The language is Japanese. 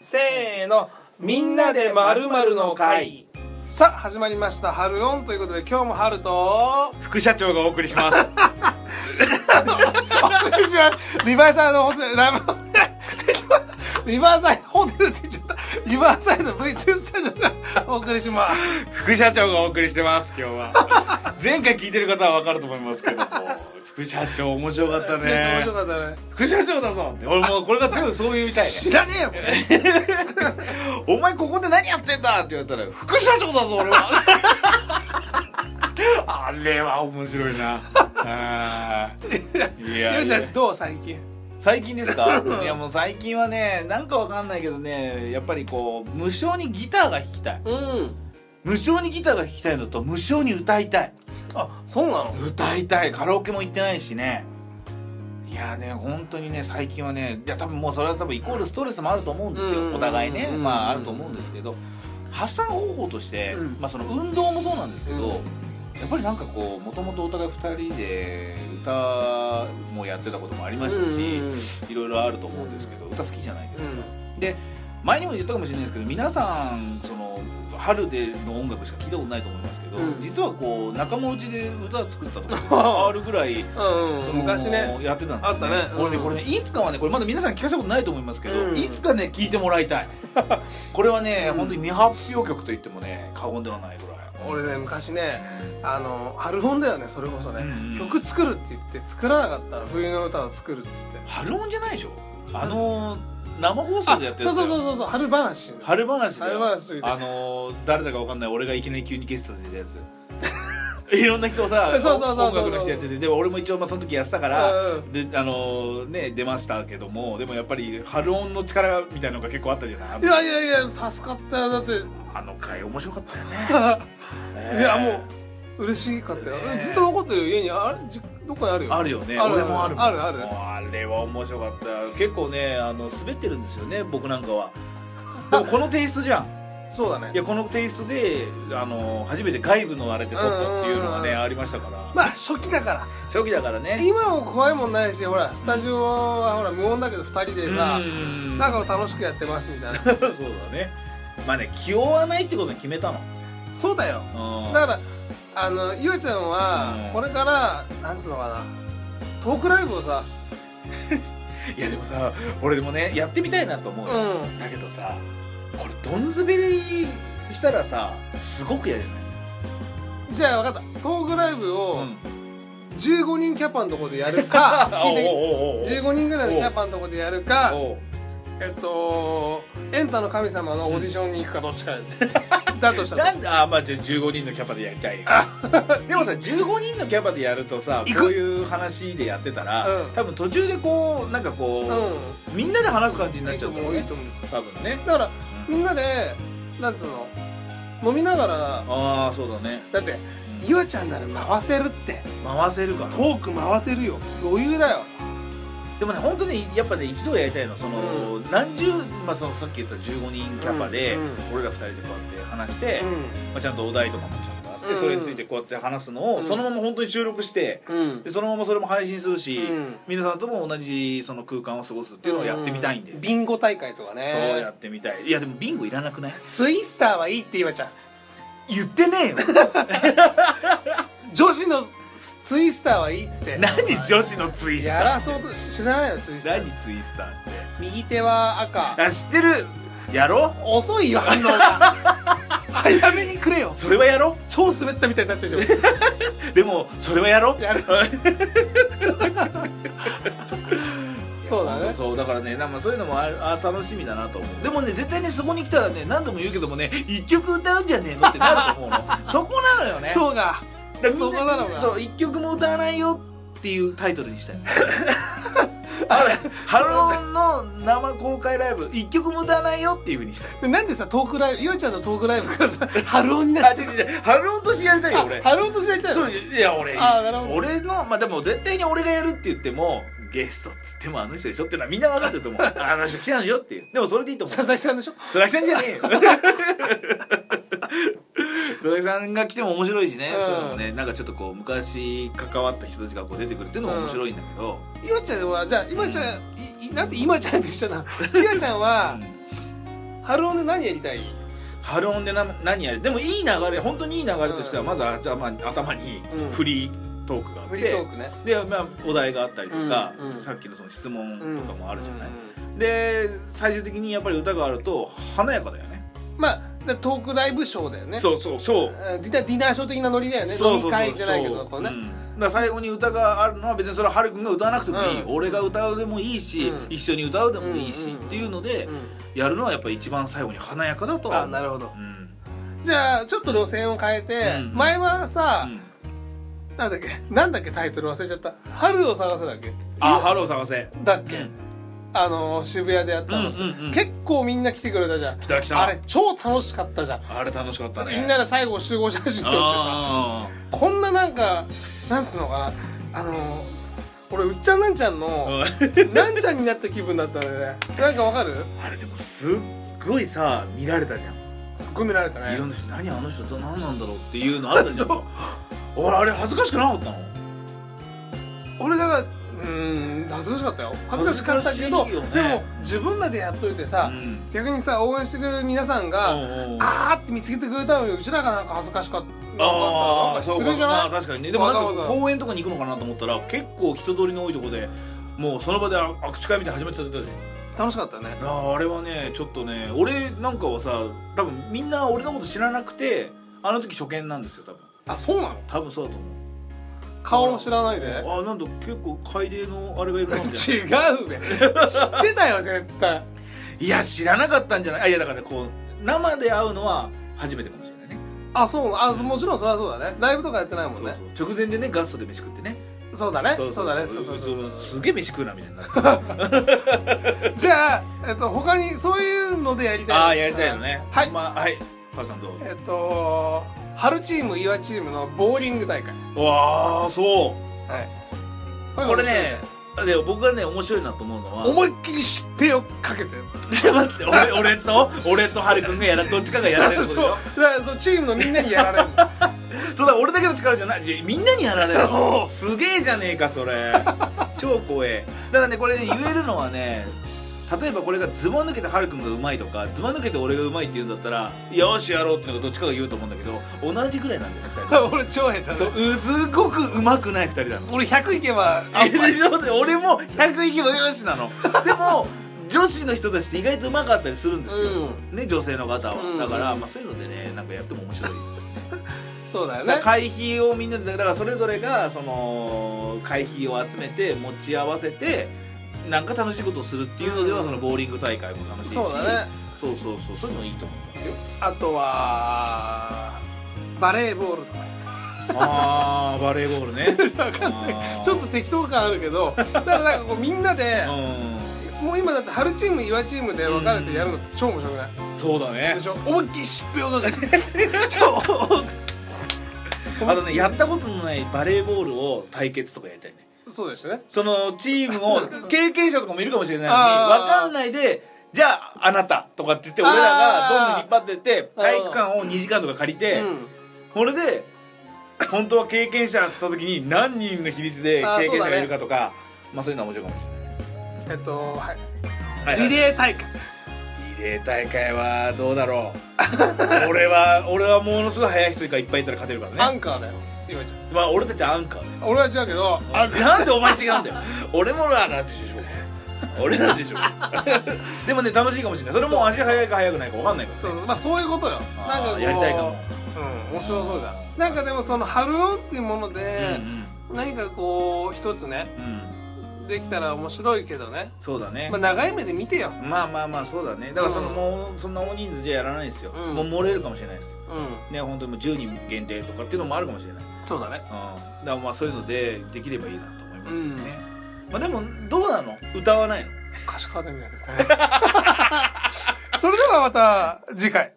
せーのみんなでまるの会さあ始まりました「春オン」ということで今日も春と 副社長がお送りしますお願いしますリバーサイドホテルライブリバーサイドホテルって言っちゃったリバーサイド V2 スタジオがお送りします副社長がお送りしてます今日は前回聞いてる方は分かると思いますけども副社長面白かった面ね白かったね副社長だぞって俺もうこれが多分そういうみたい知らねえよこれねお前ここで何やってんだって言われたら副社長だぞ俺はあれは面白いなあーいゆうちゃんどう最近最近ですかいやもう最近はねなんかわかんないけどねやっぱりこう無償にギターが弾きたいうん無償にギターが弾きたいのと無償に歌いたいあそうなの歌いたいカラオケも行ってないしねいやね本当にね最近はねいや多分もうそれは多分イコールストレスもあると思うんですうんうんうんうんよお互いねうんうんうんまああると思うんですけど発散方法として、うんまあ、その運動もそうなんですけど、うんやっぱりなんかこうもともとお互い2人で歌もやってたこともありましたし、いろいろあると思うんですけど歌好きじゃないですか、前にも言ったかもしれないですけど皆さんその春での音楽しか聞いたことないと思いますけど、うん実はこう仲間内で歌作ったとかあるぐらいうんうん昔ねやってたんであす、ね、ったねうんこれねこれねいつかはねこれまだ皆さん聞かせたことないと思いますけど、うんいつかね聞いてもら いたいこれはね、うん本当に未発表曲といってもね過言ではないぐらい俺ね昔ねあのアルフォンだよねそれこそね、うんうん曲作るって言って作らなかったら冬の歌を作るっつって春音じゃないでしょあの生放送でやってるそうそうそううそうそう春話春話だよ春話というかあのー誰だかわかんない俺がいきなり急にゲストで出たや ついろんな人をさそうそうそうそう音楽の人やっててでも俺も一応まあその時やってたから、うんであのーね出ましたけどもでもやっぱり春音の力みたいなのが結構あったじゃないいやいやいや助かったよだって、あの回面白かったよね ねいやもう嬉しかったよ、ねえずっと残ってる家にあれじどこにあるよあるよねある俺もあるもんあるあるもうあれは面白かった結構ねあの滑ってるんですよね僕なんかはでもこのテイストじ ゃんそうだねいやこのテイストであの初めて外部のあれで撮ったっていうのがうんうんうねんありましたから、まあ初期だか初期だかららね今も怖いもんないしほらスタジオはほら無音だけど2人でさうんなんか楽しくやってますみたいな そうだねまあね気負わないってことに決めたのそうだようんだからあのゆうちゃんはうんこれからなんつうのかなトークライブをさいやでもさ俺でもねやってみたいなと思うよ、うんだけどさこれどんずべりしたらさすごく嫌じゃないじゃあ分かったトークライブをん15人キャパのとこでやるか聞いて おうおうおうおう15人ぐらいのキャパのとこでやるかおうえっとエンタの神様のオーディションに行くかどっちかだとしたら なんであまあじゃあ15人のキャパでやりたいよ でもさ15人のキャパでやるとさ行くこういう話でやってたら、うん多分途中でこうなんかこうう、んみんなで話す感じにないっいちゃとうんだ思よういいねと思う多分ね、だからうみんんなでなんつうの飲みながらああそうだね、だってうんゆうちゃんなら回せるって回せるかなトーク回せるよ余裕だよでもね本当にやっぱね一度はやりたいのその、何十、まあ、そのさっき言った15人キャパで、うん俺ら2人でこうやって話して、うまあ、ちゃんとお題とかもちゃんとあって、うんそれについてこうやって話すのを、うんそのまま本当に収録してんうんでそのままそれも配信するし、うん皆さんとも同じその空間を過ごすっていうのをやってみたいんで、うビンゴ大会とかねそうやってみたいいやでもビンゴいらなくないツイスターはいいって今ちゃん言ってねえよ女子のツツイスターはいいって何女子のツイスターやらそうとし知らないよツイスター何ツイスターって右手は赤あ知ってるやろ遅いよ反応が 早めにくれよそれはやろ超滑ったみたいになってるじでもそれはやろゃんやる そうだねそうだからねなんかそういうのもああ楽しみだなと思うでもね絶対ねそこに来たらね何度も言うけどもね一曲歌うんじゃねえのってなると思う のそこなのよねうそうかそこなのかそう一曲も歌わないよっていうタイトルに したいあれハローの生公開ライブ一曲も歌わないよっていうふうに したいなんでさトークライブゆうちゃんのトークライブからさ 春音になあっ違うて違う違うハローとしてやりたいよ俺春音としてやりたいの そういや俺あなるほど俺のまあでも絶対に俺がやるって言ってもゲストっつってもあの人でしょってのはみんな分かってると思うあの人来たんでしょっていうでもそれでいいと思う佐々木さんでしょ佐々木さんじゃねえよ佐々木さんが来ても面白いしね、うんそういうのもねなんかちょっとこう昔関わった人たちがこう出てくるっていうのも面白いんだけど、 今ちゃんはじゃあ今ちゃん、いいなんで今ちゃんって言っちゃったの今ちゃんはうん春音で何やりたい春音でな何やるでもいい流れ本当にいい流れとしてはうんまずあじゃあまあ頭にうんフリートークがあっフリーて、トークねで、まあ、お題があったりとか、うんうんさっきのその質問とかもあるじゃない、うんで最終的にやっぱり歌があると華やかだよねまあでトークライブショーだよねそうそうそうあディナーディナーショー的なノリだよねそう飲み会じゃないけどこうね、うんだから最後に歌があるのは別にそれはハル君が歌わなくてもいい、うん俺が歌うでもいいし、うん一緒に歌うでもいいし、うんっていうのでうんやるのはやっぱ一番最後に華やかだとはあなるほどうんじゃあちょっと路線を変えて、うん前はさ、うんなんだっけなんだっけタイトル忘れちゃった「春を探せ」だっけあハロー探せだっけ、うんあのー渋谷でやったの、うんうんうん結構みんな来てくれたじゃん来た来たあれ超楽しかったじゃん、あれ楽しかったねみんなで最後集合写真撮ってさあこんななんかなんつうのかなあのー俺うっちゃんなんちゃんの、ーうんなんちゃんになった気分だったんだよねなんかわかるあれでもすっごいさ見られたじゃん、すっごい見られたいろんねな人何あの人ど何なんだろうっていうのあった じゃん俺あれ恥ずかしくなかったの俺だからうーん恥ずかしかったよ恥ずかしかったけど、恥ずかしいでよねも自分らでやっといてさ、うん逆にさ応援してくれる皆さんが、うんうんあーって見つけてくれたのにうちらがなんか恥ずかしかったあなあんかさなんか失礼じゃまなあい確かにねでもなんわざわかざ公園とかに行くのかなと思ったら結構人通りの多いとこでもうその場で握手会みたいに始めてたでし楽しかったねょあーあれはねちょっとね俺なんかはさ多分みんな俺のこと知らなくてあの時初見なんですよ多分あそうなの多分そうだと思う顔も知らないであなんだ結構楓のあれがいるなみたい な違うべ知ってたよ絶対いや知らなかったんじゃないあいやだからねこう生で会うのは初めてかもしれないねあそうあもちろんそれはそうだねライブとかやってないもんねそうそう直前でねガストで飯食ってねそうだねそうだねそうそうそうすげえ飯食うなみたいになってあじゃあえっと他にそういうのでやりたいーやりたいのねはいまあはい母さんどうえっと春チーム岩チームのボーリング大会わあそはいこれねで僕がね面白いなと思うのは思いっきり疾病をかけていや待って 俺俺と俺とハル君が やらどっちかがやられることでしそうょだからそうチームのみんなにやられるそうだ俺だけの力じゃないじゃみんなにやられる おうすげえじゃねえかそ れ超怖えだからねこれね言えるのはね例えばこれがズボン抜けてハル君がうまいとかズボン抜けて俺がうまいって言うんだったらよしやろうってのがどっちかが言うと思うんだけど同じぐらいなんだよ ね二 人俺超下手だそううすごくうまくない二人なの俺100いけばあえでしょで俺も100いけばよしな のでも女子の人たちって意外とうまかったりするんですよ、ね女性の方は、うんだから、まあ、そういうのでねなんかやっても面白いそうだよだねから会費をみんなでだからそれぞれがその会費を集めて持ち合わせてなんか楽しいことをするっていうのでは、うんそのボーリング大会も楽しいしそうだねそうそうそうそういうのいいと思います よあとはバレーボールとかあーバレーボールねちょっと適当感あるけどだからなんかこうみんなでうもう今だって春チーム岩チームで分かれてやるのって超面白くないんそうだねでしょ思いっきり疾病かけて超あとねやったことのないバレーボールを対決とかやりたいね そうですねそのチーム を経験者とかもいるかもしれないのにあー分かんないでじゃああなたとかって言って俺らがどんどん引っ張ってってあー体育館を2時間とか借りて、うんこれで本当は経験者だって言った時に何人の比率で経験者がいるかとかまあそういうのは面白いかもしえっとはいれない、リレー大会リレー大会はどうだ ろう俺は俺はものすごい速い人がいっぱいいたら勝てるからアねンカーだよ岩ちゃんまあ俺たちはアンカーね俺は違うけどあなんでお前違うんだよ俺もらなんでしょう俺なんでしょうでもね楽しいかもしれないそれも足速いか速くないか分かんないかそらうまあそういうことよなあんーかこうやりたいかもうん面白そうじゃんなんかでもその春男っていうもので、何かこう一つねうん、できたら面白いけどね、そうだね、まあ、長い目で見てよまあまあまあそうだねだからその、うんもうそんな大人数じゃやらないですよ、うんもう漏れるかもしれないですようんね本当にもう10人限定とかっていうのもあるかもしれない、うん、そうだねだからまあそういうのでできればいいなと思いますけどね、まあでもどうなの歌わないの 歌詞カードみたいなねそれではまた次回